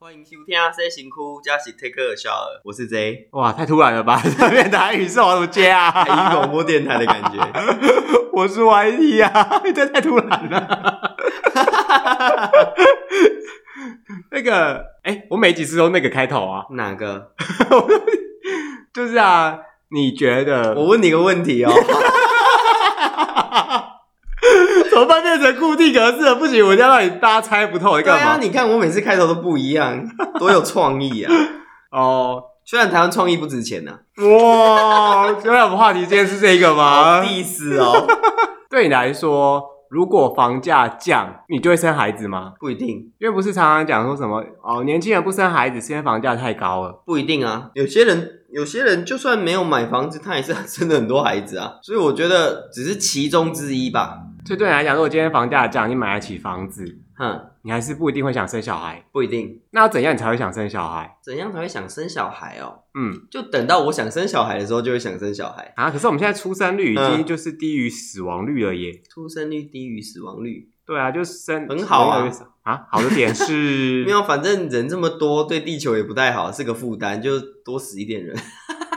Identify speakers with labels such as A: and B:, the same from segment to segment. A: 欢迎收听《C 型哭》，加是 Take a Shower，我是 J，
B: 哇，太突然了吧！ 这边台语是我怎么接
A: 台语
B: 啊？
A: 广播电台的感觉。
B: 我是 YT 啊， 这太突然了。 那个，哎、我每几次都那个开头啊，
A: 哪个？
B: 就是啊，你觉得
A: 我问你个问 题哦，
B: 怎么办变成固定格式了？不行，我要让你大家猜不透，你
A: 对
B: 干
A: 啊，
B: 嘛？
A: 你看我每次开头都不一样，多有创意啊！
B: 哦，
A: 虽然台湾创意不值钱啊呐、
B: 哇，原来我们话题今天是这个
A: 啊，
B: 吗？
A: 第四哦，
B: 对你来说，如果房价降，你就会生孩子吗？
A: 不一定，
B: 因为不是常常讲说什么哦，年轻人不生孩子是因为房价太高了。
A: 不一定啊。有些人，有些人就算没有买房子，他也是生了很多孩子啊。所以我觉得只是其中之一吧。
B: 所以对你来讲，如果今天房价降，你买得起房子，
A: 哼，
B: 你还是不一定会想生小孩。
A: 不一定。
B: 那要怎样你才会想生小孩？
A: 怎样才会想生小孩哦？
B: 嗯
A: 就等到我想生小孩的时候，就会想生小孩。
B: 啊，可是我们现在出生率已经
A: 嗯
B: 就是低于死亡率了耶。
A: 出生率低于死亡率，
B: 对啊，就生
A: 很好啊
B: 死亡率越来越少啊，好的点是
A: 没有，反正人这么多，对地球也不太好，是个负担，就多死一点人。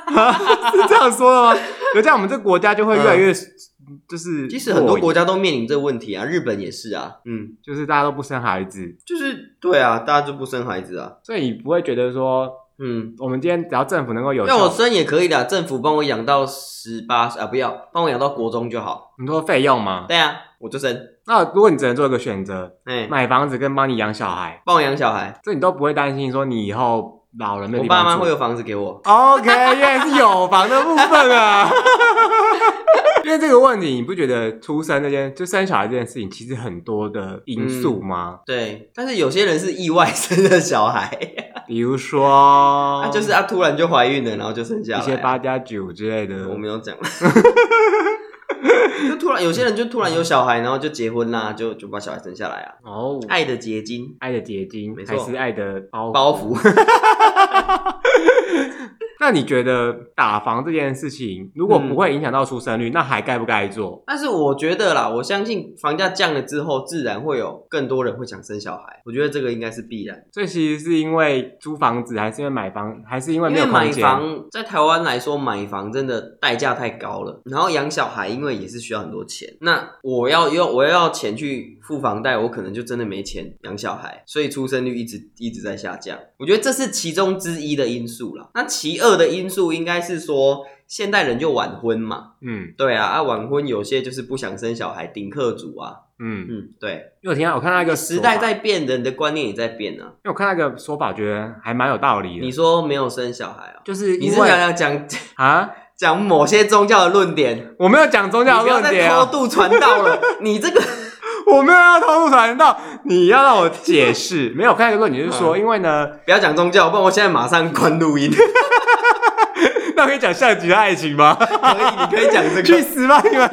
B: 是这样说的吗？有这样，我们这国家就会越来越、就是，
A: 其嗯实很多国家都面临这个问题啊，日本也是啊，嗯，
B: 就是大家都不生孩子，
A: 就是对啊，大家就不生孩子啊，
B: 所以你不会觉得说，
A: 嗯，
B: 我们今天只要政府能够有
A: 要我
B: 效，
A: 生也可以的，政府帮我养到十八啊，不要帮我养到国中就好。
B: 你说费用吗？
A: 对啊，我就生，
B: 那如果你只能做一个选择，
A: 哎、
B: 买房子跟帮你养小孩，
A: 帮我养小孩，
B: 这你都不会担心说你以后老了没
A: 我
B: 有地
A: 爸
B: 方
A: 妈
B: 住
A: 会有房子给我。
B: OK，原来是有房的部分啊。 因为这个问题，你不觉得出生这件就生小孩这件事情，其实很多的因
A: 嗯
B: 素吗？
A: 对，但是有些人是意外 生的小孩，
B: 比如 说，
A: 啊，就是他突然就怀孕了，然后就生下
B: 哦一
A: 来
B: 些
A: 啊、
B: 八加九之类的
A: 我。没有讲，就突然有些人就突然有小孩，然后就结婚啦，就就把小孩生下来啊，
B: 哦，爱
A: 爱的结晶
B: 爱的结晶
A: 没错
B: 还是爱的包袱？
A: 包袱。
B: 那你觉得打房这件事情，如果
A: 嗯
B: 不会影响到出生率，那还该不该做？
A: 但是我觉得啦，我相信房价降了之后，自然会有更多人会想生小孩。我觉得这个应该是必然，
B: 这其实是因为租房子，还是因为买房，还是因为
A: 因
B: 没有
A: 为
B: 空
A: 买
B: 间？
A: 房在台湾来说，买房真的代价太高了。然后养小孩，因为也是需要很多钱。那我要用我要钱去付房贷，我可能就真的没钱养小孩，所以出生率一直一直在下降。我觉得这是其中之一的因素啦。那其二的因素应该是说，现代人就晚婚嘛，
B: 嗯
A: 对啊，啊晚婚有些就是不想生小孩，顶客族啊，
B: 嗯，因
A: 嗯，对。
B: 为我听到我看到一个
A: 时
B: 说
A: 代
B: 法
A: 在变，人的观念也在变啊。
B: 因为我看那个说法，觉得还蛮有道理的。
A: 你说没有生小孩啊？
B: 就是
A: 你
B: 因
A: 是想
B: 为
A: 要讲
B: 啊，
A: 讲某些宗教的论点？
B: 我没有讲宗
A: 你
B: 教
A: 不
B: 的
A: 要
B: 论
A: 再
B: 点
A: 偷
B: 啊，
A: 渡传道了， 你这 个
B: 我没有要偷渡传道，你要让我解释。没有，我看那个论点就
A: 嗯
B: 是说，因为呢，
A: 不要讲宗教，不然我现在马上关录音。可
B: 那我可以讲下集的爱情吗？
A: 以，你可以讲这
B: 去
A: 个。
B: 死吧你们！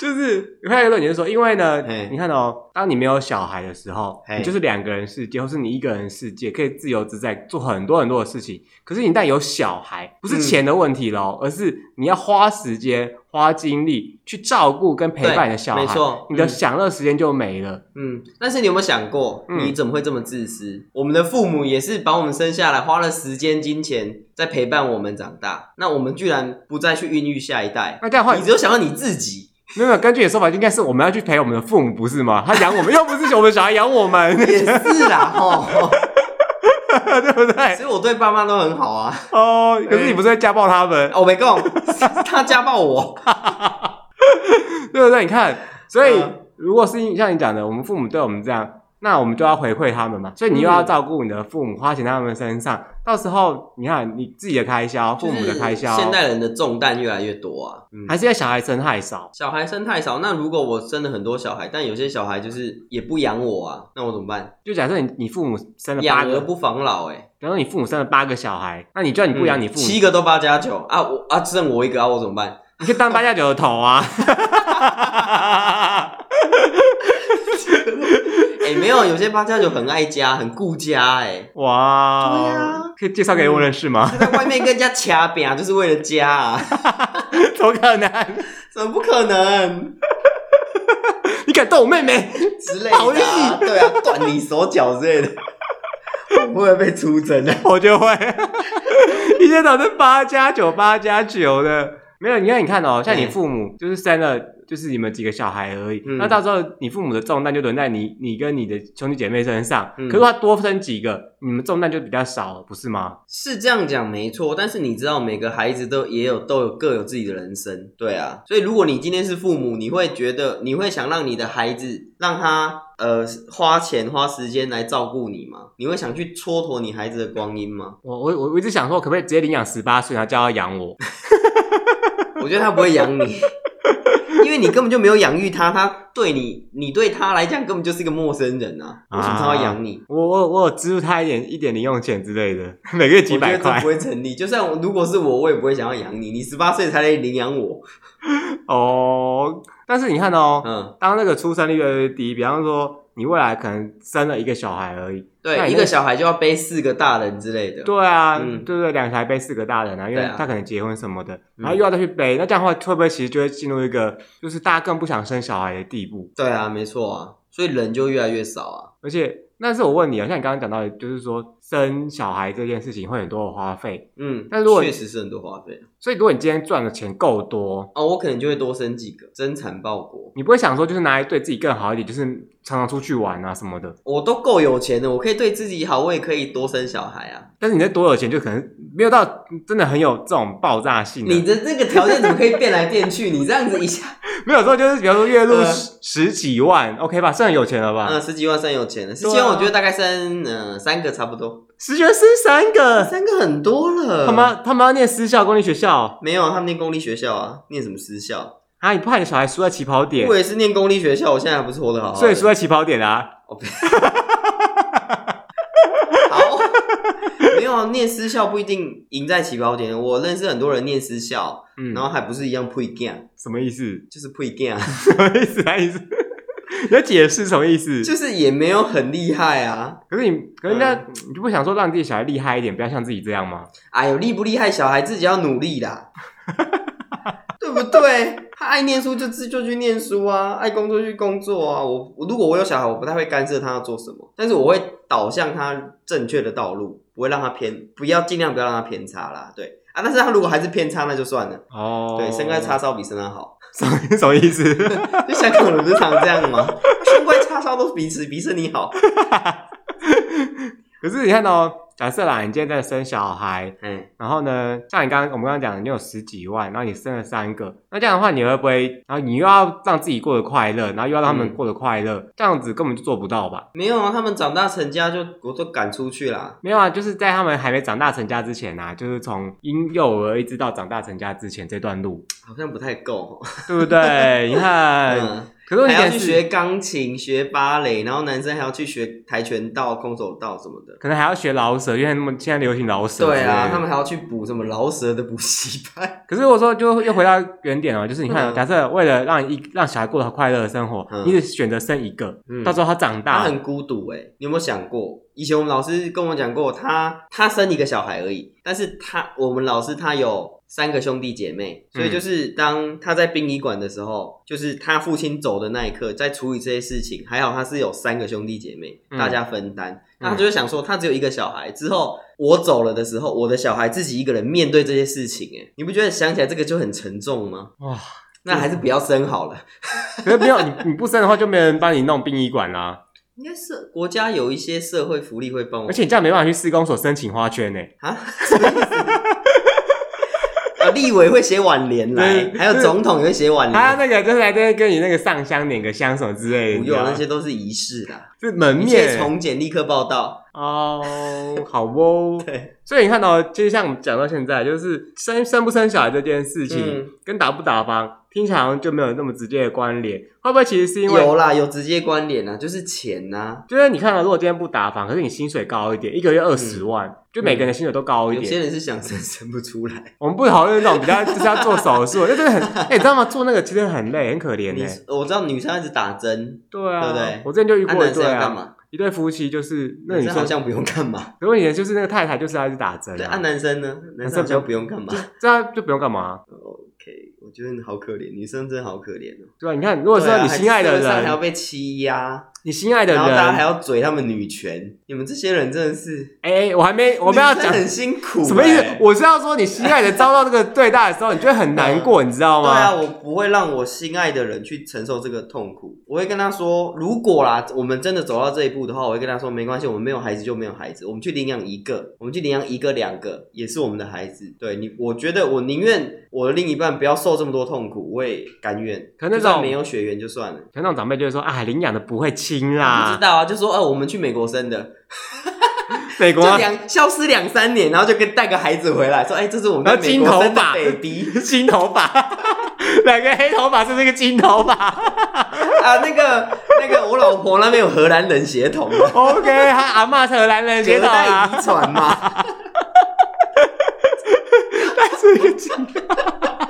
B: 就是我看那个论点就是说，因为呢
A: 嘿，
B: 你看哦，当你没有小孩的时候，
A: 嘿
B: 你就是两个人世界，或是你一个人世界，可以自由自在做很多很多的事情。可是你一旦有小孩，不是
A: 嗯
B: 钱的问题喽，而是你要花时间、花精力去照顾跟陪伴你的小孩，
A: 对没错
B: 你的
A: 嗯
B: 享乐时间就没了。
A: 嗯，但是你有没有想过，
B: 嗯
A: 你怎么会这么自私？我们的父母也是把我们生下来，花了时间、金钱在陪伴我们长大，那我们居然不再去孕育下一代，
B: 那这样的话
A: 你，只有想到你自己，
B: 没有没有根据你的说法，应该是我们要去陪我们的父母，不是吗？他养我们，又不是我们小孩养我们，
A: 也是啦，吼。
B: 对不对？
A: 所以我对爸妈都很好啊。哦
B: 哦，可是你不是在家暴他们？
A: 我没空，他家暴我。
B: 对不对？你看，所以、
A: 嗯
B: 如果是像你讲的，我们父母对我们这样，那我们就要回馈他们嘛。所
A: 嗯
B: 以你又要照顾你的父母，花钱在他们身上，到时候你看你自己的开销，父母的开销，
A: 现代人的重担越来越多啊。嗯
B: 还是因为小孩生太少。
A: 小孩生太少，那如果我生了很多小孩，但有些小孩就是也不养我啊，那我怎么办？
B: 就假设你你父母生了八
A: 养儿
B: 个，
A: 不防老、欸，哎，
B: 比方说你父母生了八个小孩，那你叫你不养你父母，
A: 嗯七个都八加九啊，我啊剩我一个啊，我怎么办？
B: 你可以当八加九的头啊。
A: 哎、没有，有些八加九很爱家，很顾家、欸，
B: 哇，哦
A: 对啊
B: 可以介绍给我认识吗？
A: 哎，在外面跟人家掐饼 就是为了家啊，
B: 怎么可能？
A: 怎么不可能？
B: 你敢动我妹妹？
A: 之类的、
B: 不好
A: 啊，对啊，断你手脚之类的， 会不会被出征啊？
B: 我就会，一天到晚八加九八加九的，没有，你看你看哦，像你
A: 嗯
B: 父母就是生了，就是你们几个小孩而已，
A: 嗯
B: 那到时候你父母的重担就轮在你你跟你的兄弟姐妹身上，
A: 嗯
B: 可是他多生几个，你们重担就比较少了，不是吗？
A: 是这样讲没错，但是你知道每个孩子都也有都有各有自己的人生，对啊，所以如果你今天是父母，你会觉得你会想让你的孩子让他呃花钱花时间来照顾你吗？你会想去蹉跎你孩子的光阴吗？
B: 我我我我一直想说，可不可以直接领养十八岁，然后叫他养我？
A: 我觉得他不会养 你。因为你根本就没有养育他，他对你，你对他来讲根本就是一个陌生人啊！为什么他要养你？
B: 我我我有资助他一点一点零用钱之类的， 每个月几
A: 我觉
B: 百
A: 得这
B: 块
A: 不。会成立。就算我如果是我，我也不会想要养你。你十八岁才来领养我，
B: 哦，但是你看哦，
A: 嗯，
B: 当那个出生率越来越低，比方说你未来可能生了一个小孩而已，那
A: 对，
B: 你
A: 一
B: 那
A: 个小孩就要背四个大人之类的。
B: 对啊，
A: 嗯
B: 对对，两个小孩背四个大人啊，因
A: 对
B: 为
A: 啊嗯
B: 他可能结婚什么的，然后又要再去背，那这样的话会不会其实就会进入一个就是大家更不想生小孩的地步？
A: 对啊，没错啊，所以人就越来越少啊。
B: 而且，但是我问你啊，像你刚刚讲到的，就是说生小孩这件事情会很多的花费，
A: 嗯，
B: 那如果
A: 确实是很多花费
B: 所以如果你今天赚的钱够多，
A: 哦，我可能就会多生几个，增产报国。
B: 你不会想说就是拿来对自己更好一点，就是常常出去玩啊什么的。
A: 我都够有钱了，我可以对自己好，我也可以多生小孩啊。
B: 但是你在多有钱，就可能没有到真的很有这种爆炸性的。
A: 你的这个条件怎么可以变来变去？你这样子一 下，
B: 没有说就是，比方说月入
A: 呃
B: 十十几万，OK 吧，算很有钱了吧？
A: 嗯，十几万算有钱了。十几
B: 对
A: 万
B: 啊
A: 我觉得大概生嗯、呃三个差不多，
B: 十学生三个，
A: 三个很多了。
B: 啊他妈他妈要念私校公立学校
A: 没有啊，他们念公立学校啊，念什么私校？
B: 啊！你不怕你的小孩输在起跑点
A: 我，也是念公立学校，我现在还不是活得好好的。
B: 所以输在起跑点啊？
A: 哦，不好， 没有啊，念私校不一定赢在起跑点。我认识很多人念私校，
B: 嗯
A: 然，后还不是一样配 g
B: 什么意思？
A: 就是配啊 g
B: 什么意思？什么意思？你要解释什么意思？
A: 就是也没有很厉害啊。
B: 可是你，可是那、你就不想说让自己小孩厉害一点，不要像自己这样吗？
A: 哎呦，厉不厉害，小孩自己要努力 啦，对不对？他爱念书就自就去念书啊，爱工作就去工作啊。我我如果我有小孩，我不太会干涉他要做什么，但是我会导向他正确的道路，不会让他偏，不要尽量不要让他偏差啦。对啊，但是他如果还是偏差，那就算了。
B: 哦，
A: 对，身高叉烧比身高好，
B: 什么 什么意思？
A: 就香港人不是常这样吗？ 身高叉烧都比此比身你好，
B: 可是你看哦，假设啦，你今天在生小孩，
A: 哎，
B: 然后呢，像你刚刚我们刚刚讲的，你有十几万，然后你生了三个，那这样的话，你会不会，然后你又要让自己过得快乐，然后又要让他们
A: 嗯
B: 过得快乐，这样子根本就做不到吧？
A: 没有啊，他们长大成家就我都赶出去啦。
B: 没有啊，就是在他们还没长大成家之前啊，就是从婴幼儿一直到长大成家之前这段路，
A: 好像不太够哦，
B: 对 不对？你看，
A: 嗯，
B: 可是问题
A: 还要
B: 哎点
A: 去
B: 是
A: 学钢琴、学芭蕾，然后男生还要去学跆拳道、空手道什么的。
B: 可能还要学老舍，因为那么现在流行老舍之类
A: 对
B: 的。
A: 啊，他们还要去补什么饶舌的补习班。
B: 可是我说，就又回到原点哦，就是你看哦，
A: 嗯
B: 假设为了让一让小孩过得快乐的生活，
A: 嗯
B: 你只选择生一个，
A: 嗯
B: 到时候他长
A: 他
B: 大，
A: 很孤独哎、你有没有想过？以前我们老师跟我讲过，他他生一个小孩而已，但是他我们老师他有三个兄弟姐妹，
B: 嗯
A: 所以就是当他在殡仪馆的时候，就是他父亲走的那一刻，在处理这些事情。还好他是有三个兄弟姐妹，
B: 嗯
A: 大家分担。那他就会想说，他只有一个小孩，之后我走了的时候，我的小孩自己一个人面对这些事情，哎，你不觉得想起来这个就很沉重吗？
B: 哇，
A: 那还是不要生好了。
B: 可是没有你，你不生的话，就没人帮你弄殡仪馆啦。
A: 应该是国家有一些社会福利会帮我
B: 而且你这样没办法去施工所申请花圈呢、
A: 啊，什么意思啊立委会写挽联来，
B: 对
A: 还有总统也会写挽
B: 他
A: 联，
B: 那个就是来这边跟你那个上香、点个香什么之类的，
A: 不
B: 你知道
A: 用，
B: 吗
A: 那些都是仪式啦。
B: 是门
A: 一切
B: 面
A: 从简，立刻报道。
B: 哦，好哦。
A: 对，
B: 所以你看到、其实像我们讲到现在，就是生生不生小孩这件事情，
A: 嗯
B: 跟打不打帮听起来好像就没有那么直接的关联，会不会其实是因为
A: 有啦，有直接关联啦，啊就是钱啊呐。
B: 就是你看到、如果今天不打房，可是你薪水高一点，一个月二十万、就每个人的薪水都高
A: 嗯
B: 一
A: 有
B: 点，
A: 些人是想生生不出来，
B: 我们不讨论那种比较就是要做 手术，那真的很，哎、你知道吗？做那个其实很累，很可怜
A: 你
B: 呢、
A: 我知道女生一直打针，
B: 对啊，
A: 对不对
B: 我之前就遇
A: 那
B: 过一
A: 男生
B: 对
A: 要干
B: 啊，
A: 嘛？
B: 一对夫妻就是那
A: 男
B: 女
A: 生
B: 生
A: 好像不用干嘛。
B: 可问题就是那个太太就是要去打针、
A: 对，按
B: 啊，
A: 男生呢？男生好像不用干嘛。
B: 这样就不用干嘛，啊
A: OK，我觉得你好可怜，女生真的好可怜哦。
B: 对吧、你看，如果
A: 对
B: 说
A: 啊
B: 你心爱的
A: 还社会上还要
B: 人，
A: 被欺压，
B: 你心爱的
A: 然后大家还
B: 人，
A: 要嘴他们女权，你们这些人真的是，
B: 哎、我还没，我们要
A: 女生
B: 讲
A: 很辛苦、
B: 什么意思
A: 哎？
B: 我是要说，你心爱的遭到这个对待的时候，你就会很难过，你知道
A: 对啊，
B: 吗？
A: 我不会让我心爱的人去承受这个痛苦。我会跟他说，如果啦，我们真的走到这一步的话，我会跟他说，没关系，我们没有孩子就没有孩子，我们去领养一个，我们去领养一个、两个，也是我们的孩子。对你，我觉得我宁愿我的另一半不要受这么多痛苦，我也甘愿。
B: 可那种
A: 就算没有血缘就算了。
B: 可能那种长辈就会说啊，领养的不会亲
A: 不知
B: 啦，
A: 道啊，就说哦、呃我们去美国生的，
B: 美国
A: 就两消失两三年，然后就跟带个孩子回来，说哎、这是我们在
B: 然后
A: 美
B: 金
A: 国
B: 头
A: 生的
B: 发
A: baby
B: 金头发，两个黑头发是这个金头发。
A: 啊，那个那个，我老婆那边有荷兰人血统啊
B: OK，他阿妈荷兰人
A: 隔
B: 学到啊
A: 代
B: 啦，
A: 遗传 嘛，
B: 这个金头发。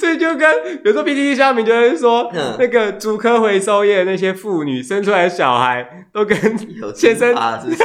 B: 这就跟有时候 PTT 下面就会说，
A: 嗯
B: 那个竹科回收业那些妇女生出来的小孩都跟
A: 有
B: 先生
A: 啊， 是不是？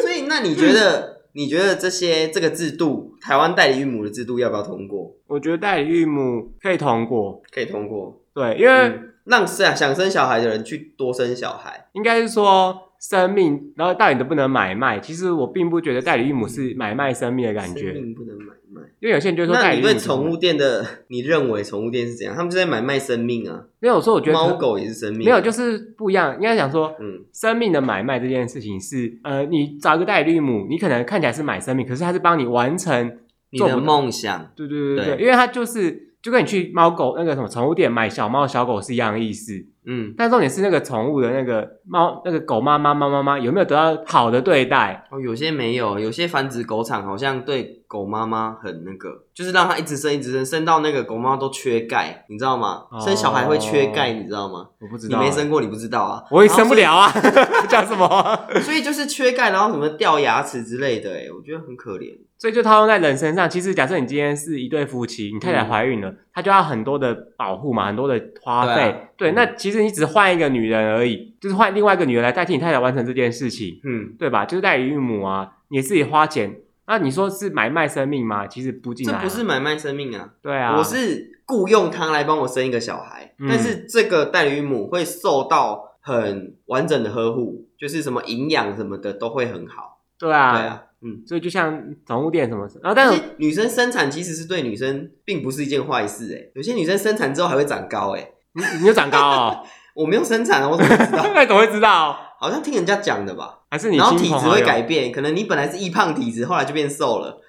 A: 所以，那你觉得，你觉得这些这个制度，台湾代理孕母的制度要不要通过？
B: 我觉得代理孕母可以通过，
A: 可以通过，
B: 对，因为
A: 嗯，让想想生小孩的人去多生小孩，
B: 应该是说生命，然后代理都不能买卖。其实我并不觉得代理孕母是买卖生命的感
A: 生
B: 觉，
A: 命不能买卖。
B: 因为有些人就会说
A: 那
B: 代理
A: 你
B: 孕母
A: 对
B: 是
A: 宠
B: 买
A: 物店的，你认为宠物店是怎样？他们是在买卖生命啊，
B: 没有说我觉得
A: 猫狗也是生命啊、
B: 没有就是不一样，应该讲说。
A: 嗯，
B: 生命的买卖这件事情是，呃，你找一个代理孕母，你可能看起来是买生命，可是他是帮你完成，
A: 你
B: 做
A: 的
B: 不到
A: 梦想，
B: 对对对
A: 对
B: 对，因为他就是就跟你去猫狗那个什么宠物店买小猫小狗是一样的意思。
A: 嗯，
B: 但重点是那个宠物的那个猫那个狗妈妈猫妈妈有没有得到好的对待？
A: 哦，有些没有，有些繁殖狗场好像对狗妈妈很那个，就是让它一直生一直生，生到那个狗妈妈都缺钙，你知道吗？
B: 哦
A: 生小孩会缺钙，你知道吗？
B: 我不知
A: 你
B: 道欸，
A: 没生过，你不知道 啊。
B: 我也生不了啊！ 讲什么？
A: 然后所以，所以就是缺钙，然后什么掉牙齿之类的，哎，我觉得很可怜。
B: 所以就套用在人身上。其实，假设你今天是一对夫妻，你
A: 嗯
B: 太太怀孕了，她就要很多的保护嘛，很多的花
A: 对
B: 费。
A: 啊
B: 对，
A: 嗯
B: 那其实你只换一个女人而已，就是换另外一个女人来代替你太太完成这件事情，
A: 嗯，
B: 对吧？就是代理孕母啊，你自己花钱。那你说是买卖生命吗？其实不进
A: 这
B: 来、啊，
A: 不是买卖生命啊，
B: 对啊，
A: 我是雇佣他来帮我生一个小孩，
B: 嗯
A: 但是这个代理孕母会受到很完整的呵护，就是什么营养什么的都会很好。
B: 对啊，
A: 对啊，嗯。
B: 所以就像宠物店什么，然后
A: 但
B: 但是
A: 是女生生产其实是对女生并不是一件坏事哎、欸有些女生生产之后还会长高哎、欸
B: 你你就长高哦，
A: 我没有生产啊，我怎么知道？
B: 那怎么会知道？
A: 好像听人家讲的吧。
B: 还是你
A: 然后
B: 亲
A: 体
B: 朋
A: 质
B: 好
A: 会
B: 友？
A: 改变，可能你本来是易胖体质，后来就变瘦了。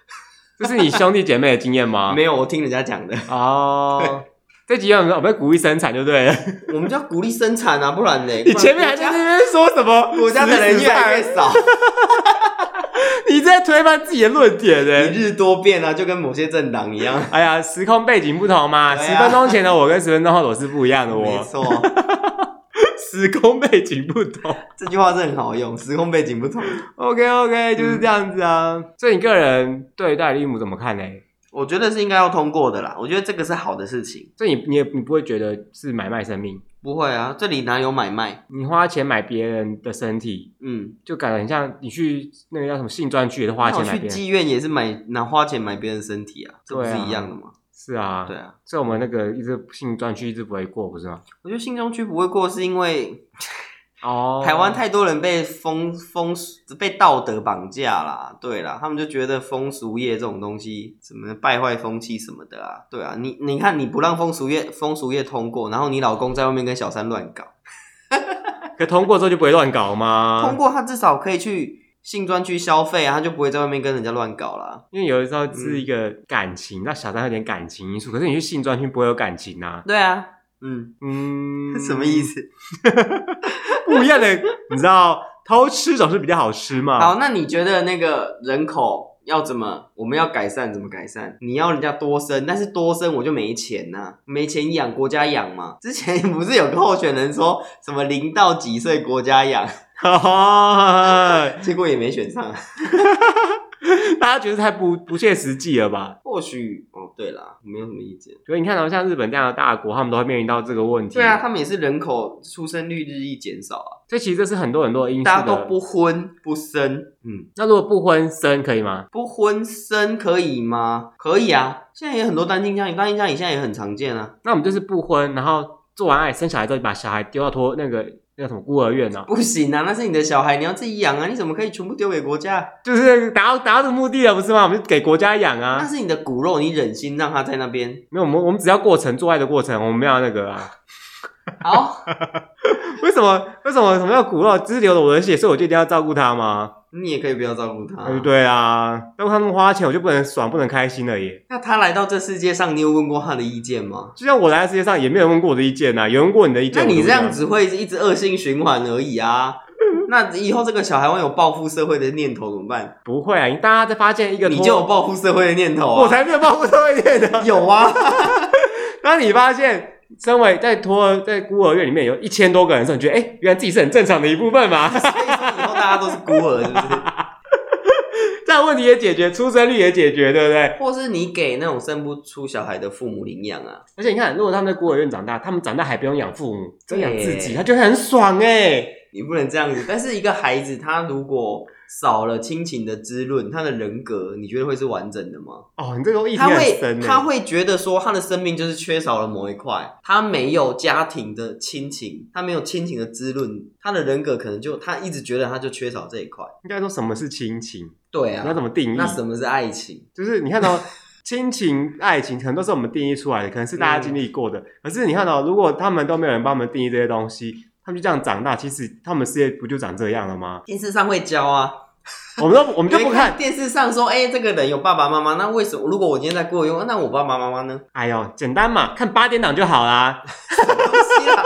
B: 这是你兄弟姐妹的经验吗？
A: 没有，我听人家讲的。
B: 哦，这集我们我们鼓励生产就对了。
A: 我们就要鼓励生产啊，不然呢？
B: 你前面还在
A: 不然
B: 那边说什么
A: 国家国家的人越来
B: 死
A: 越 少，
B: 死你在推翻自己的论点
A: 一
B: 呢？
A: 日多变啊，就跟某些政党一样。
B: 哎呀，时空背景不同嘛，
A: 对啊
B: 十分钟前的我跟十分钟后的我是不一样的哦
A: 没
B: 我，
A: 错，
B: 时空背景不同。
A: 这句话是很好用，时空背景不同。
B: OK OK，就是这样子啊。所以你个人对代理孕母怎么看呢？
A: 我觉得是应该要通过的啦，我觉得这个是好的事情。
B: 所以你你也你不会觉得是买卖生命，
A: 不会啊，这里哪有买卖？
B: 你花钱买别人的身体，
A: 嗯，
B: 就感觉很像你去那个叫什么性专区也是花
A: 那我
B: 钱买
A: 去
B: 别人。
A: 妓院也是买拿花钱买别人身体啊，这不是
B: 对啊
A: 一样的吗？
B: 是啊，
A: 对啊，
B: 所以我们那个一直性专区一直不会过，不是吗？
A: 我觉得新中区不会过，是因为
B: 哦，
A: 台湾太多人被风风被道德绑架啦，对啦，他们就觉得风俗业这种东西什么败坏风气什么的啊，对啊，你你看你不让风俗业风俗业通过，然后你老公在外面跟小三乱搞，
B: 可通过之后就不会乱搞吗？
A: 通，过他至少可以去性专区消费啊，他就不会在外面跟人家乱搞啦。
B: 因为有的时候是一个感情，那小三有点感情因素，可是你去性专区不会有感情呐、啊。
A: 对啊，嗯，，
B: 嗯
A: 什么意？思？
B: 不一样的，你知道偷吃总是比较好吃嘛。
A: 好，那你觉得那个人口要怎么？我们要改善怎么改善？你要人家多生，但是多生我就没钱呐、没钱 养国家养嘛。之前 不是有个候选人说什么零到几岁国家养？结果也没选上。
B: 大家觉得太不不切实际了吧？
A: 或许哦，对啦，我没有什么意见。
B: 所以你看到像日本这样的大国，他们都会面临到这个问题。
A: 对啊，，他们也是人口出生率日益减少啊，
B: 所以其实这是很多很多的因素
A: 大家都
B: 的。
A: 不婚不生，嗯，
B: 那如果不婚生可以吗？
A: 不婚生可以吗？可以啊，现在也很多单亲家庭，单亲家庭现在也很常见啊。
B: 那我们就是不婚，然后做完爱生小孩之后，把小孩丢到托那个那个什么孤儿院哦，
A: 不行啊，那是你的小孩，你要自己养啊，你怎么可以全部丢给国家？
B: 就是达到达到这个目的了，不是吗？我们就给国家养
A: 那
B: 啊。
A: 是你的骨肉，你忍心让他在那边？
B: 没有，我们我们只要过程做爱的过程，我们没有那个啊。
A: 好，
B: 为什么为什么什么叫骨肉？只是流了我的血，所以我就一定要照顾他吗？
A: 你也可以不要照顾他。
B: 哎对啊，照顾他那么花钱，我就不能爽，不能开心了耶。
A: 那他来到这世界上，你有问过他的意见吗？
B: 就像我来到世界上，也没有人问过我的意见呐、啊有人问过你的意见，
A: 那
B: 我
A: 你
B: 都
A: 这
B: 不
A: 样
B: 知道，
A: 只会一直恶性循环而已啊。那以后这个小孩万一有报复社会的念头怎么办？
B: 不会啊？你大家在发现一个
A: 你
B: 脱
A: 就有报复社会的念头
B: 我
A: 啊？
B: 才没有报复社会面的。
A: 有啊，
B: 当你发现身为在托儿在孤儿院里面有一千多个人的时候，你觉得哎、诶原来自己是很正常的一部分嘛？
A: 所以说以后大家都是孤儿，是不是？
B: 这样问题也解决，出生率也解决，对不对？
A: 或是你给那种生不出小孩的父母领养啊？
B: 而且你看，如果他们在孤儿院长大，他们长大还不用养父母，只要养自己，
A: 对
B: 他就会很爽哎、
A: 你不能这样子。但是一个孩子，他如果少了亲情的滋润，他的人格，你觉得会是完整的吗？
B: 哦，你这个意题
A: 他
B: 很
A: 会
B: 深哎、
A: 他会觉得说，他的生命就是缺少了某一块，他没有家庭的亲情，他没有亲情的滋润，他的人格可能就他一直觉得他就缺少这一块。
B: 应该说什么是亲情？
A: 对
B: 你要
A: 啊，
B: 怎么定义？
A: 那什么是爱情？
B: 就是你看到亲情、爱情，可能都是我们定义出来的，可能是大家经历过的。
A: 嗯
B: 可是你看到，如果他们都没有人帮他们定义这些东西，他们就这样长大，其实他们世界不就长这样了吗？
A: 电视上会教啊，
B: 我们都我们就
A: 因
B: 不
A: 为
B: 看。
A: 电视上说，哎、这个人有爸爸妈妈，那为什么？如果我今天在孤儿院，那我爸爸妈妈 呢？
B: 哎呦，简单嘛，看八点档就好啦，
A: 东西啦，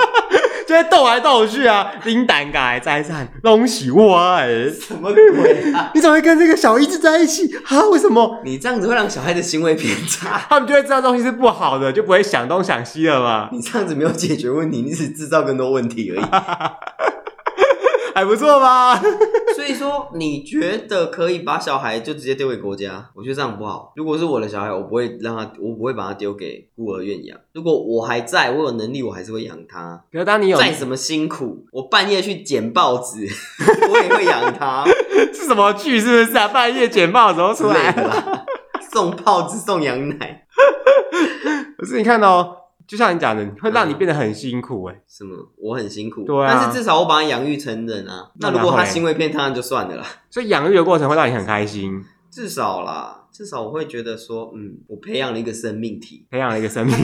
B: 就会斗来斗去啊，林丹改再战，恭喜我哎！
A: 什么鬼啊？
B: 你怎么会跟这个小一子在一起啊？为什么？
A: 你这样子会让小孩的行为偏差，
B: 他们就会知道东西是不好的，就不会想东想西了嘛。
A: 你这样子没有解决问题，你只制造更多问题而已。
B: 还不错吧？
A: 所以说，你觉得可以把小孩就直接丢给国家？我觉得这样不好。如果是我的小孩，我不会让他，我不会把他丢给孤儿院养。如果我还在，我有能力，我还是会养他。
B: 可是当你有
A: 再怎么辛苦，我半夜去捡报纸， 我也会养 他。
B: 是什么剧？是不是啊？半夜剪报的时候出来
A: 之类。的啦送泡子送羊奶，
B: 可是你看哦，就像你讲的，会让你变得很辛苦哎、
A: 什么？我很辛苦，
B: 对啊
A: 但是至少我把他养育成人啊。
B: 那
A: 那如果
B: 然后
A: 他
B: 嘞
A: 行为偏差，那就算了啦。
B: 所以养育的过程会让你很开心，
A: 至少啦，至少我会觉得说，嗯，我培养了一个生命体。
B: 培养了一个生命 力。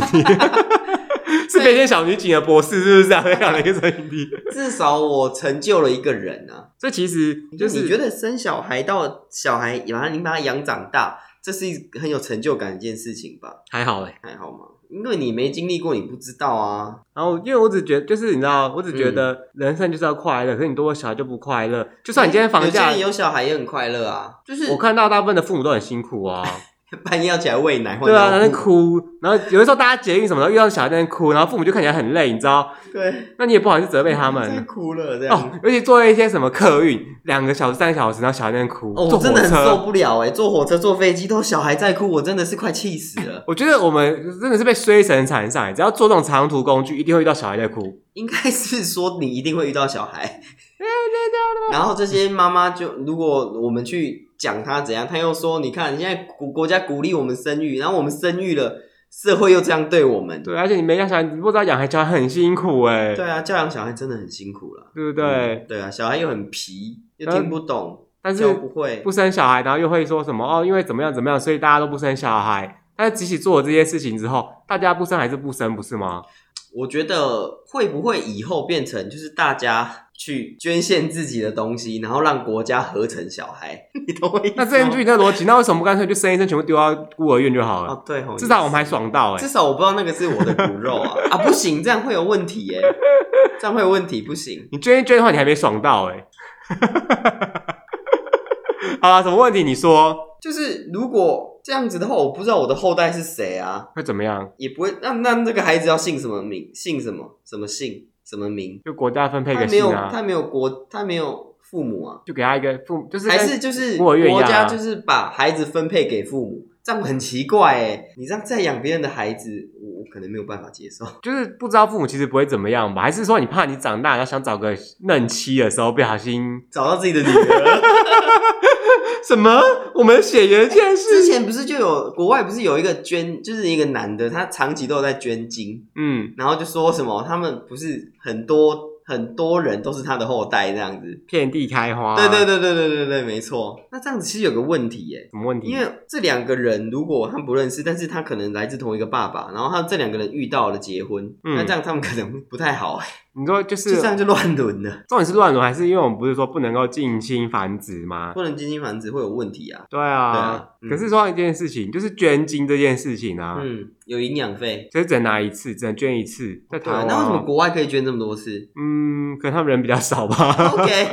B: 是北京小女警的博士是不是啊？培养了一个生命力。
A: 至少我成就了一个人啊。
B: 所以其实就
A: 就是你觉得生小孩到小孩，把他你把他养长大，这是一个很有成就感的一件事情吧？
B: 还好哎、
A: 还好吗？因为你没经历过，你不知道啊。
B: 然后因为我只觉得，就是你知道，我只觉得人生就是要快乐，可是你多了小孩就不快乐。就算你今天
A: 嗯有
B: 房
A: 些
B: 价
A: 人，有小孩也很快乐啊，就是
B: 我看到大部分的父母都很辛 苦啊，
A: 半夜要起来喂奶，换
B: 对啊，在
A: 尿
B: 那边
A: 布
B: 哭，然后有的时候大家捷运什么的遇到小孩在那边哭，然后父母就看起来很累，你知道，
A: 对，
B: 那你也不好意思责备他们，
A: 太哭了这样。
B: 哦，尤其坐一些什么客运，两个小时、三个小时，然后小孩在那边哭，
A: 哦，
B: 坐
A: 我
B: 火
A: 真的很受
B: 车。
A: 不了哎、坐火车、坐飞机都有小孩在哭，我真的是快气死了。
B: 我觉得我们真的是被衰神缠上，欸只要坐这种长途工具，一定会遇到小孩在哭。
A: 应该是说你一定会遇到小孩，然后这些妈妈就如果我们去讲他怎样，他又说你看现在国国家鼓励我们生育，然后我们生育了，社会又这样对我们。
B: 对，而且你没养小孩，你不知道养孩小孩很辛苦哎、
A: 对啊，教养小孩真的很辛苦了。
B: 对不对？嗯
A: 嗯对啊，小孩又很皮，又听不懂，
B: 但
A: 教
B: 是
A: 不会
B: 不。生小孩，然后又会说什么哦，因为怎么样怎么样，所以大家都不生小孩。但是即使做了这些事情之后，大家不生还是不生，不是吗？
A: 我觉得会不会以后变成就是大家去捐献自己的东西，然后让国家合成小孩， 你懂我意思吗？
B: 那这样就你的逻辑，那为什么不干脆就生一生，全部丢到孤儿院就好了？
A: 哦，对哦，
B: 至少我们还
A: 也是
B: 爽到哎、
A: 至少我不知道那个是我的骨肉 啊啊，不行，这样会有问题耶、这样会有问题，不行。
B: 你捐一捐的话，你还没爽到哎、 好啦，什么问题？你说
A: 就是如果这样子的话，我不知道我的后代是谁啊，
B: 会怎么样？
A: 也不会那那这个孩子要姓什么名，姓什么什么姓，什么名，
B: 就国家分配
A: 他
B: 给
A: 没
B: 姓
A: 有
B: 啊，
A: 他没有国，他没有父母啊，
B: 就给他一个父，就是
A: 还
B: 哎跟
A: 是就是
B: 孤儿院一样
A: 国
B: 啊
A: 家就是把孩子分配给父母，这样很奇怪哎、你这样再养别人的孩子，我我可能没有办法接受。
B: 就是不知道父母其实不会怎么样吧？还是说你怕你长大要想找个嫩妻的时候不小心
A: 找到自己的女儿，
B: 什么？我们的血缘竟然
A: 之
B: 是
A: 前不是就有国外不是有一个捐，就是一个男的，他长期都有在捐精，
B: 嗯
A: 然后就说什么他们不是很多很多人都是他的后代这样子。
B: 遍地开花，
A: 对对，对对对对对，没错。那这样子其实有个问题耶，
B: 什么问题？
A: 因为这两个人如果他们不认识，但是他可能来自同一个爸爸，然后他们这两个人遇到了结婚，
B: 嗯哦
A: 那这样他们可能不太好，
B: 你说就
A: 就是这样就乱伦了，
B: 重点是乱伦，还是因为我们不是说不能够近亲繁殖吗？
A: 不能基因繁殖会有问题啊。
B: 对啊，
A: 对啊嗯
B: 可是说到一件事情，就是捐精这件事情啊，
A: 嗯，有营养费。
B: 就是只能拿一次，只能捐一次，在台
A: 对
B: 湾
A: 啊，
B: 哦，
A: 那为什么国外可以捐这么多次
B: 嗯，可能他们人比较少 吧。
A: ？OK，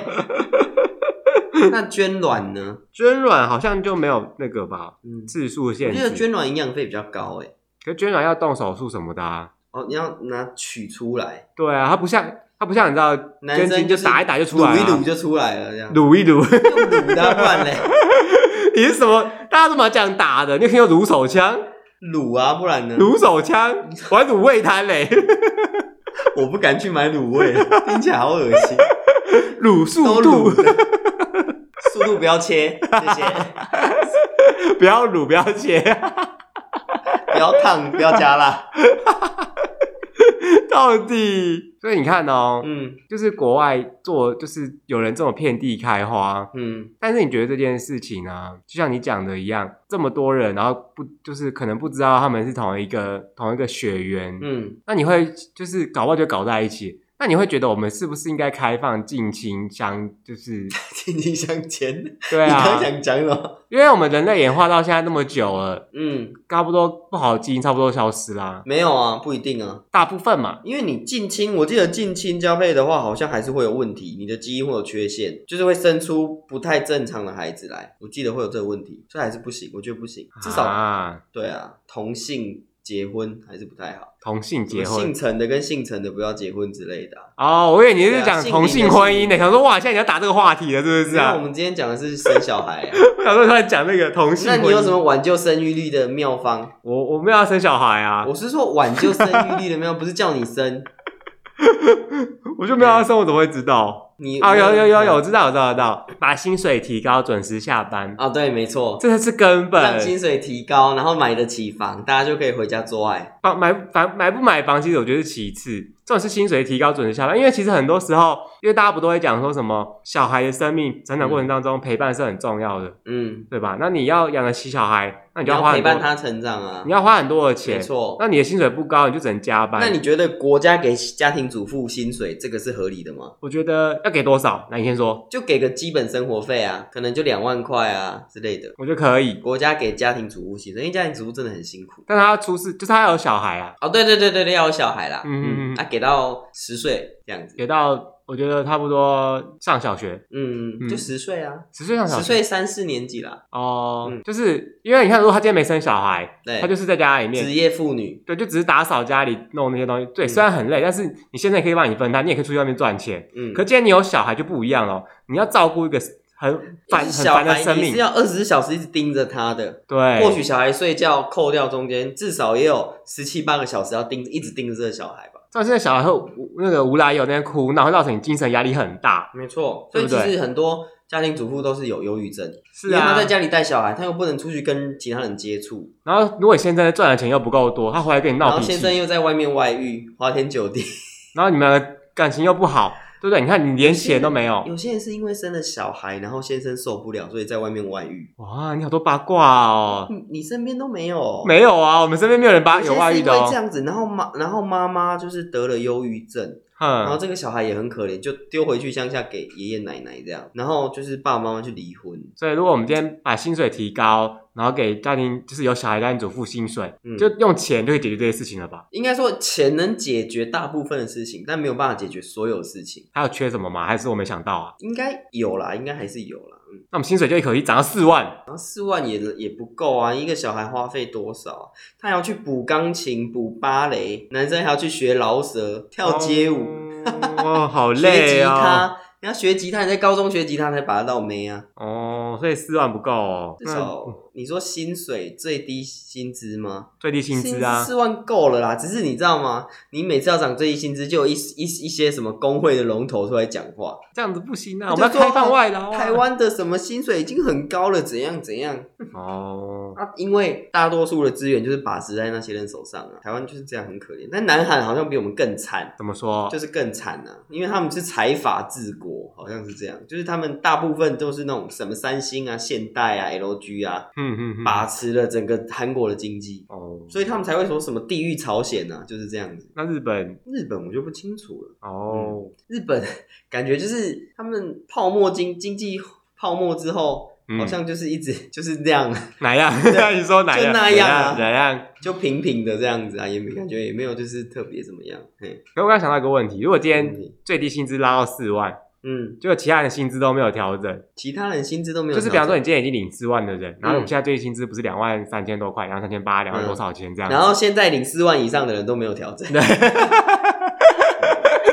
A: 那捐卵呢？
B: 捐卵好像就没有那个吧，
A: 嗯，
B: 次数限
A: 我
B: 制。
A: 记得捐卵营养费比较高哎。
B: 可捐卵要动手术什么的啊。
A: 哦，你要拿取出来，
B: 对啊，它不像它不像你知道，
A: 男
B: 捐
A: 生
B: 精
A: 就
B: 就是打一打就出
A: 撸
B: 来
A: 一撸
B: 了，
A: 就出来了，这样
B: 撸一撸。
A: 用 卤的啊不然嘞，
B: 你是什么？大家都蛮讲打的，你有听过撸手枪？
A: 卤啊不 然呢？
B: 撸手枪，我还卤味摊嘞，
A: 我不敢去买卤 味了，听起来好恶心。
B: 卤
A: 都
B: 速
A: 卤
B: 度，
A: 的，速度不要切，谢谢。
B: 不要卤，不要切，
A: 不要烫，不要加辣。
B: 到底。所以你看哦，
A: 嗯
B: 就是国外做，就是有人这种遍地开花，
A: 嗯，
B: 但是你觉得这件事情啊，就像你讲的一样，这么多人，然后不就是可能不知道他们是同一个同一个血缘，
A: 嗯，
B: 那你会就是搞不好就搞在一起，那你会觉得我们是不是应该开放近亲相？就是
A: 紧紧相牵。
B: 对
A: 你刚
B: 啊
A: 刚，想讲什么？
B: 因为我们人类演化到现在那么久了，
A: 嗯，
B: 差不多不好的基因差不多消失啦，
A: 没有啊，不一定啊，
B: 大部分嘛。
A: 因为你近亲，我记得近亲交配的话，好像还是会有问题，你的基因会有缺陷，就是会生出不太正常的孩子来。我记得会有这个问题，所以还是不行，我觉得不行，至少、
B: 啊，
A: 对啊，同性结婚还是不太好，
B: 同性结
A: 什么
B: 婚
A: 姓陈的跟姓陈的不要结婚之类的啊、
B: 哦，我以为你
A: 对
B: 是
A: 啊
B: 讲
A: 姓
B: 同
A: 名
B: 性
A: 的
B: 婚
A: 姓
B: 姻呢，想说哇，现在你要打这个话题了，是不是
A: 那我
B: 啊？
A: 们今天讲的是生小孩、啊，
B: 我想说突然讲那个同性
A: 那
B: 婚姻，
A: 你有什么挽救生育率的妙方？
B: 我我没有要生小孩啊，
A: 我
B: 我
A: 是说挽救生育率的妙，不是叫你生。
B: 就没有要生，我怎么会知道？
A: 你 嗯
B: 啊，有有有有，我知道我知道我知道，把薪水提高，准时下班，
A: 啊，对，没错，
B: 这才是根
A: 让
B: 本。
A: 薪水提高，然后买得起房，大家就可以回家做爱。
B: 房买房买不买房，其实我觉得是其次，重点是薪水提高，准时下班。因为其实很多时候，因为大家不都会讲说什么小孩的生命成长过程当中陪伴是很重要的，
A: 嗯，
B: 对吧？那你要养得起小孩，那你
A: 你
B: 就要
A: 要
B: 花
A: 陪
B: 很多，
A: 伴他成长啊
B: 你。要花很多的
A: 没
B: 钱。
A: 错。
B: 那你的薪水不高，你就只能加班。
A: 那你觉得国家给家庭主妇薪水这个是合理的吗？
B: 我觉得要给多少？那你先说，
A: 就给个基本生活费啊，可能就两万块啊之类的。
B: 我觉得可以。
A: 国家给家庭主妇薪水，因为家庭主妇真的很辛苦。
B: 但他要出事，就是他要有小孩啊，
A: 哦，对对对对对，要有小孩啦，
B: 嗯
A: 嗯，啊，给到十岁这样子，
B: 给到我觉得差不多上小学，
A: 嗯，就十岁啊，
B: 十岁上小
A: 十
B: 学
A: 岁三四年级啦，
B: 哦，
A: 嗯
B: 就是因为你看，如果他今天没生小孩，
A: 对，
B: 他就是在家里面
A: 职业妇女，
B: 对，就只是打扫家里弄那些东西。对，
A: 嗯
B: 虽然很累，但是你现在可以帮你分担，你也可以出去外面赚钱。
A: 嗯，
B: 可今天你有小孩就不一样了，哦你要照顾一个很烦
A: 一
B: 很
A: 直小
B: 烦的
A: 孩
B: 生
A: 你
B: 命
A: 是。要二十小时一直盯着他的，
B: 对，
A: 或许小孩睡觉扣掉中间，至少也有十七八个小时要
B: 嗯
A: 盯，一直盯着这个小孩吧，
B: 像现在小孩会无那个无来由在那边哭闹，会造成你精神压力很大。
A: 没错，所
B: 对
A: 以
B: 不
A: 其
B: 对
A: 实很多家庭主妇都是有忧郁症，
B: 是
A: 因为
B: 啊
A: 他，在家里带小孩，他又不能出去跟其他人接触，
B: 然后如果先生赚的钱又不够多，他回来跟你
A: 然
B: 闹
A: 后
B: 脾
A: 先生
B: 气，
A: 又在外面外遇，花天酒地。
B: 然后你们感情又不好，对不对？你看你连 钱都没有，
A: 有些人是因为生了小孩，然后先生受不了，所以在外面外遇。
B: 哇，你好多八卦哦。
A: 你你身边都没有？
B: 没有啊，我们身边没有人八
A: 有些
B: 有外遇的
A: 是因为这
B: 哦。
A: 样子，然后妈，然后妈妈就是得了忧郁症，然后
B: 哼，
A: 这个小孩也很可怜，就丢回去乡下给爷爷奶奶这样，然后就是爸爸妈妈去离婚。
B: 所以如果我们今天把薪水提高，然后给家庭就是有小孩的家庭主妇薪水，
A: 嗯，
B: 就用钱就可以解决这些事情了吧？
A: 应该说钱能解决大部分的事情，但没有办法解决所有事情。
B: 还有缺什么吗？还是我没想到啊？
A: 应该有啦，应该还是有啦。嗯，
B: 那我们薪水就可以涨到四万，
A: 然后四万也也不够啊，一个小孩花费多少啊？他还要去补钢琴、补芭蕾，男生还要去学饶舌、跳街舞。
B: 哦哦， 好
A: 学吉
B: 累哦。
A: 他，你要学吉他，你在高中学吉他才把得到妹啊。
B: 哦，所以四万不够哦，
A: 至
B: 那
A: 少你说薪水最低薪资吗？
B: 最低薪资啊，
A: 四万够了啦。只是你知道吗？你每次要涨最低薪资，就有一一一些什么工会的龙头出来讲话。
B: 这样子不行啊，
A: 就
B: 我们要
A: 说
B: 开放外劳啊。
A: 台湾的什么薪水已经很高了，怎样怎样
B: 哦，
A: 啊？因为大多数的资源就是把持在那些人手上啊。台湾就是这样，很可怜。但南韩好像比我们更惨。
B: 怎么说？
A: 就是更惨啊，因为他们是财阀治国，好像是这样，就是他们大部分都是那种什么三星啊、现代啊、LG 啊，
B: 嗯嗯嗯，
A: 把持了整个韩国的经济，
B: 哦，
A: 所以他们才会说什么地狱朝鲜啊，就是这样子。
B: 那日本
A: 日本我就不清楚了，
B: 哦，
A: 日本 感觉就是他们泡沫经经济泡沫之后，
B: 嗯
A: 好像就是一直 就是这样，
B: 哪样？ 你说哪样？
A: 就那样啊
B: 哪样？
A: 就平平的这样子啊，也没感觉也没有就是特别怎么样。嘿，
B: 可我刚刚想到一个问题，如果今天
A: 嗯
B: 最低薪资拉到四万，
A: 嗯，
B: 结果其他人的薪资都没有调整，
A: 其他人薪资都没有调整，嗯
B: 就是比方说你今天已经领四万的人，然后我们现在最低薪资不是两万三千多块，两万三千八，两万多少钱这样，
A: 然后现在领四万以上的人都没有调整，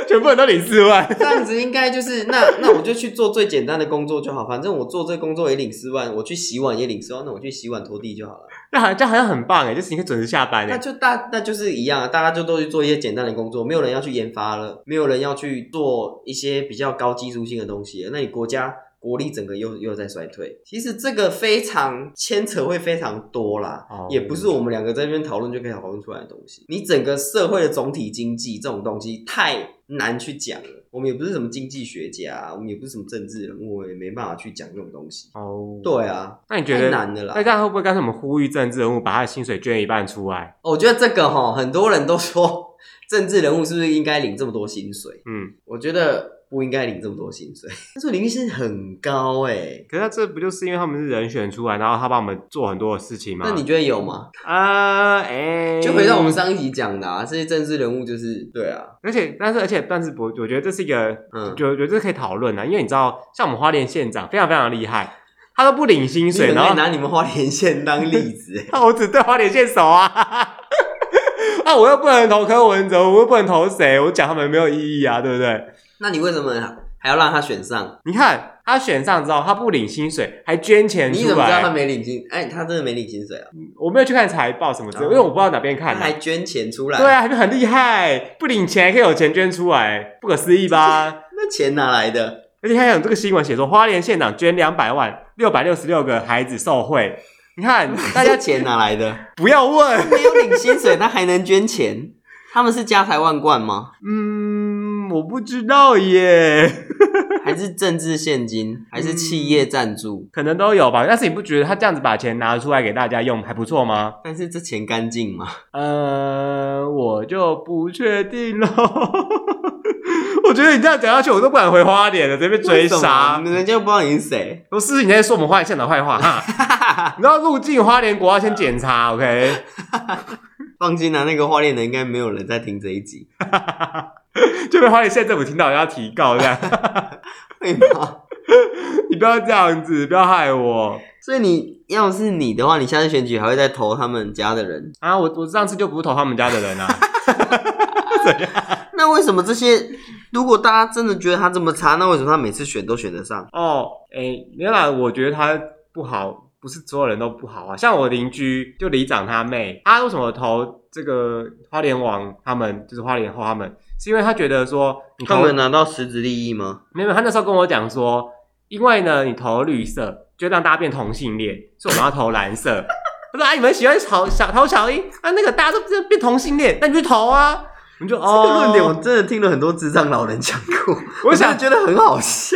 B: 全部人都领四万，
A: 这样子应该就是那那我就去做最简单的工作就好，反正我做这工作也领四万，我去洗碗也领四万，那我去洗碗拖地就好了。
B: 那好这样好像很棒哎，就是你可以准时下班
A: 那
B: 哎，
A: 就大那就是一样啊，大家就都去做一些简单的工作，没有人要去研发了，没有人要去做一些比较高技术性的东西了那你国家国力整个又又在衰退，其实这个非常牵扯会非常多啦，
B: 哦
A: 也不是我们两个在这边讨论就可以讨论出来的东西。你整个社会的总体经济这种东西太难去讲了，我们也不是什么经济学家啊、我们也不是什么政治人物，我也没办法去讲这种东西。
B: 哦，
A: 对啊，
B: 那你觉
A: 太
B: 得
A: 难了啦
B: 那。这样会不会干脆我们呼吁政治人物把他的薪水捐一半出来？
A: 哦我觉得这个哈，很多人都说政治人物是不是应该领这么多薪水？
B: 嗯，
A: 我觉得不应该领这么多薪水，但是领域薪很高哎、
B: 可是他这不就是因为他们是人选出来，然后他帮我们做很多的事情吗？
A: 那你觉得有吗？
B: 啊，哎、
A: 就回到我们上一集讲的啊，这些政治人物就是对啊，
B: 而且，但是，而且，但是，我我觉得这是一个，
A: 嗯
B: 我觉得这可以讨论的，因为你知道，像我们花莲县长非常非常厉害，他都不领薪
A: 你
B: 水，
A: 们
B: 然
A: 可以
B: 后，
A: 拿你们花莲县当例子、欸
B: 我只对花莲县熟啊， 啊，我又不能投柯文哲，我又不能投谁，我讲他们没有意义啊，对不对？
A: 那你为什么还要让他选上？
B: 你看他选上之后，他不领薪水，还捐钱
A: 你
B: 出
A: 怎么知道他
B: 来，
A: 没领薪？哎、他真的没领薪水啊？
B: 我没有去看财报什么之类，
A: 哦
B: 因为我不知道哪边
A: 他
B: 看、啊
A: 还。捐钱出来？
B: 对，啊，还很厉害，不领钱还可以有钱捐出来，不可思议吧？
A: 那钱哪来的？
B: 而且还有这个新闻写说，花莲县长捐两百万，六百六十六个孩子受贿。你 看，大
A: 大家
B: 家
A: 钱哪来的？
B: 不要问。
A: 没有领薪水，他还能捐钱？他们是家财万贯吗？
B: 嗯，我不知道耶，
A: 还是政治现金，还是企业赞助？
B: 可能都有吧。但是你不觉得他这样子把钱拿出来给大家用还不错吗？
A: 但是这钱干净吗？
B: 呃，我就不确定喽。 我觉得你这样讲下去，我都不敢回花莲了，直接被追杀
A: 为什。么人家又不知道你是谁。
B: 不是你在说我们花莲县长坏话哈？你知道入境花莲国要先检查，OK？
A: 放心啊啦、那个花莲的应该没有人在听这一集，
B: 就被花莲县政府听到要提告这样。
A: 会吗？
B: 你不要这样子，不要害我
A: 所以你要是你的话，你下次选举还会再投他们家的人？
B: 啊！我我上次就不是投他们家的人啊，
A: 那为什么这些？如果大家真的觉得他这么差，那为什么他每次选都选得上？
B: 哦，哎、原来我觉得他不好，不是所有人都不好啊。像我邻居就里长他妹，他为什么投这个花莲王他们，就是花莲后他们，是因为他觉得说，你
A: 他
B: 投
A: 们有拿到实质利益吗？
B: 没有，他那时候跟我讲说，因为呢，你投绿色就让大家变同性恋，所以我们要投蓝色。他说啊，你们喜欢小小投小英啊，那个大家都变变同性恋，那你去投啊。我们就
A: 这
B: 哦，
A: 个论点我真的听了很多智障老人讲过，
B: 我
A: 真
B: 想
A: 的觉得很好笑。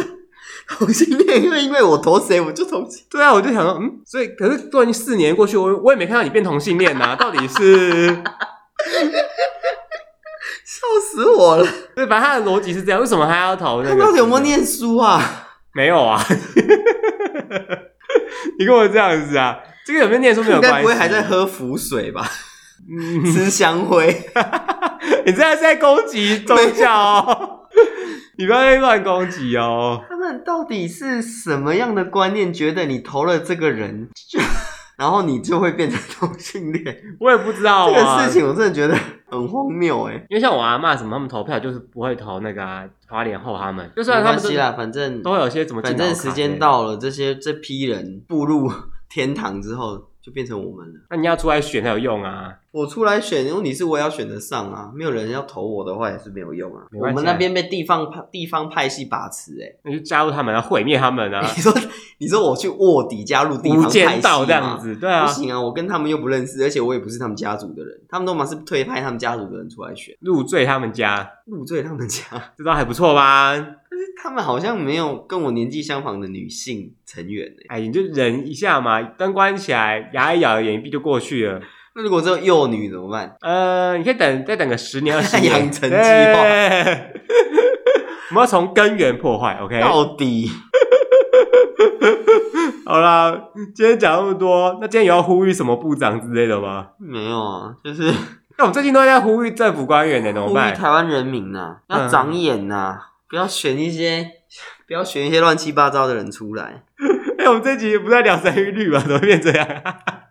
A: 同性恋，因为因为我投谁我就投谁。
B: 对啊，我就想说，嗯，所以可是都已经四年过去，我我也没看到你变同性恋呐、到底是？
A: 笑死我了！
B: 对，反正他的逻辑是这样，为什么他要投那
A: 他
B: 个？
A: 到底有没有？念书啊？
B: 没有啊，你跟我这样子啊，这个有没有念书没有
A: 应
B: 关系，
A: 该不会还在。喝符水吧？
B: 嗯，
A: 吃香灰？
B: 你这样是在攻击宗教哦， 你不要再乱攻击哦。
A: 他们到底是什么样的观念？觉得你投了这个人，就 然后你就会变成同性恋。
B: 我也不知道
A: 这
B: 啊。
A: 个事情我真的觉得很荒谬哎、
B: 因为像我阿妈什么，他们投票就是不会投那个、啊、花莲后他们，就算
A: 没
B: 他
A: 关
B: 们都
A: 系啦，反正
B: 都会有些怎么
A: 反
B: 敬老
A: 正
B: 卡
A: 时
B: 之类
A: 间
B: 的，
A: 到了，这些这批人步入天堂之后，就变成我们了。
B: 那你要出来选才有用啊。
A: 我出来选，因为你是我也要选得上啊，没有人要投我的话也是没有用啊。
B: 没
A: 我
B: 关系啊
A: 们那边被地方派地方派系把持、欸，
B: 那就加入他们啊，毁灭他们啊
A: 哎、，你说你说我去卧底加 入地方
B: 无
A: 派系吗
B: 间道这样、子，对啊
A: 不。行啊，我跟他们又不认识，而且我也不是他们家族的人，他们都嘛是推派他们家族的人出来选，
B: 入赘他们家，
A: 入赘他们家。
B: 这招还不错吧？
A: 他们好像没有跟我年纪相仿的女性成员、欸、
B: 哎，你就忍一下嘛，灯关起来，牙一咬，眼一闭就过去了。
A: 那如果只有幼女怎么办？
B: 呃，你可以等再等个十年二十年，
A: 养成计划
B: 哎 我们要从根源破坏，OK？
A: 到底
B: 好啦，今天讲那么多，那今天有要呼吁什么部长之类的吗？哎
A: 没有啊，就是
B: 那我们最近都在呼吁政府官员呢，怎么
A: 呼吁
B: 办？
A: 台湾人民呐、要
B: 嗯
A: 长眼呐、不要选一些 不要选一些乱七八糟的人出来。
B: 哎、我们这集不是在聊生育率吗？怎么 变这样？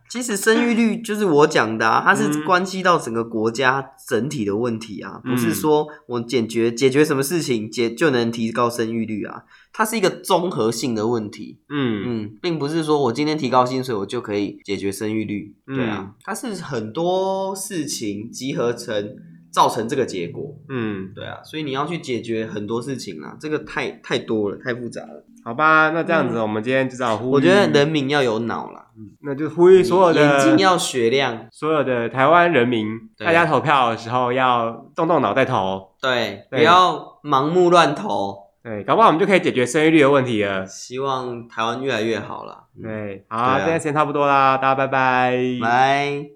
A: 其实生育率就是我讲的、啊，它是
B: 嗯
A: 关系到整个国家整体的问题啊，不是
B: 嗯
A: 说我解决解决什么事情解就能提高生育率啊，它是一个综合性的问题。
B: 嗯，
A: 嗯，并不是说我今天提高薪水我就可以解决生育率，对
B: 嗯
A: 啊，它是很多事情集合成造成这个结果。
B: 嗯，
A: 对啊，所以你要去解决很多事情啊，这个太太多了，太复杂了。
B: 好吧，那这样子，我们今天就这样呼吁。
A: 嗯我觉得人民要有脑啦，
B: 那就呼吁嗯所有
A: 眼睛
B: 的
A: 要雪亮，
B: 所有的台湾人民，
A: 对
B: 大家投票的时候要动动脑袋投。
A: 对，
B: 对
A: 不要盲目乱投。
B: 对，搞不好我们就可以解决生育率的问题了。
A: 希望台湾越来越好啦。嗯，
B: 对，
A: 对
B: 好，
A: 啊
B: 今天时间差不多啦，大家拜拜。
A: 拜。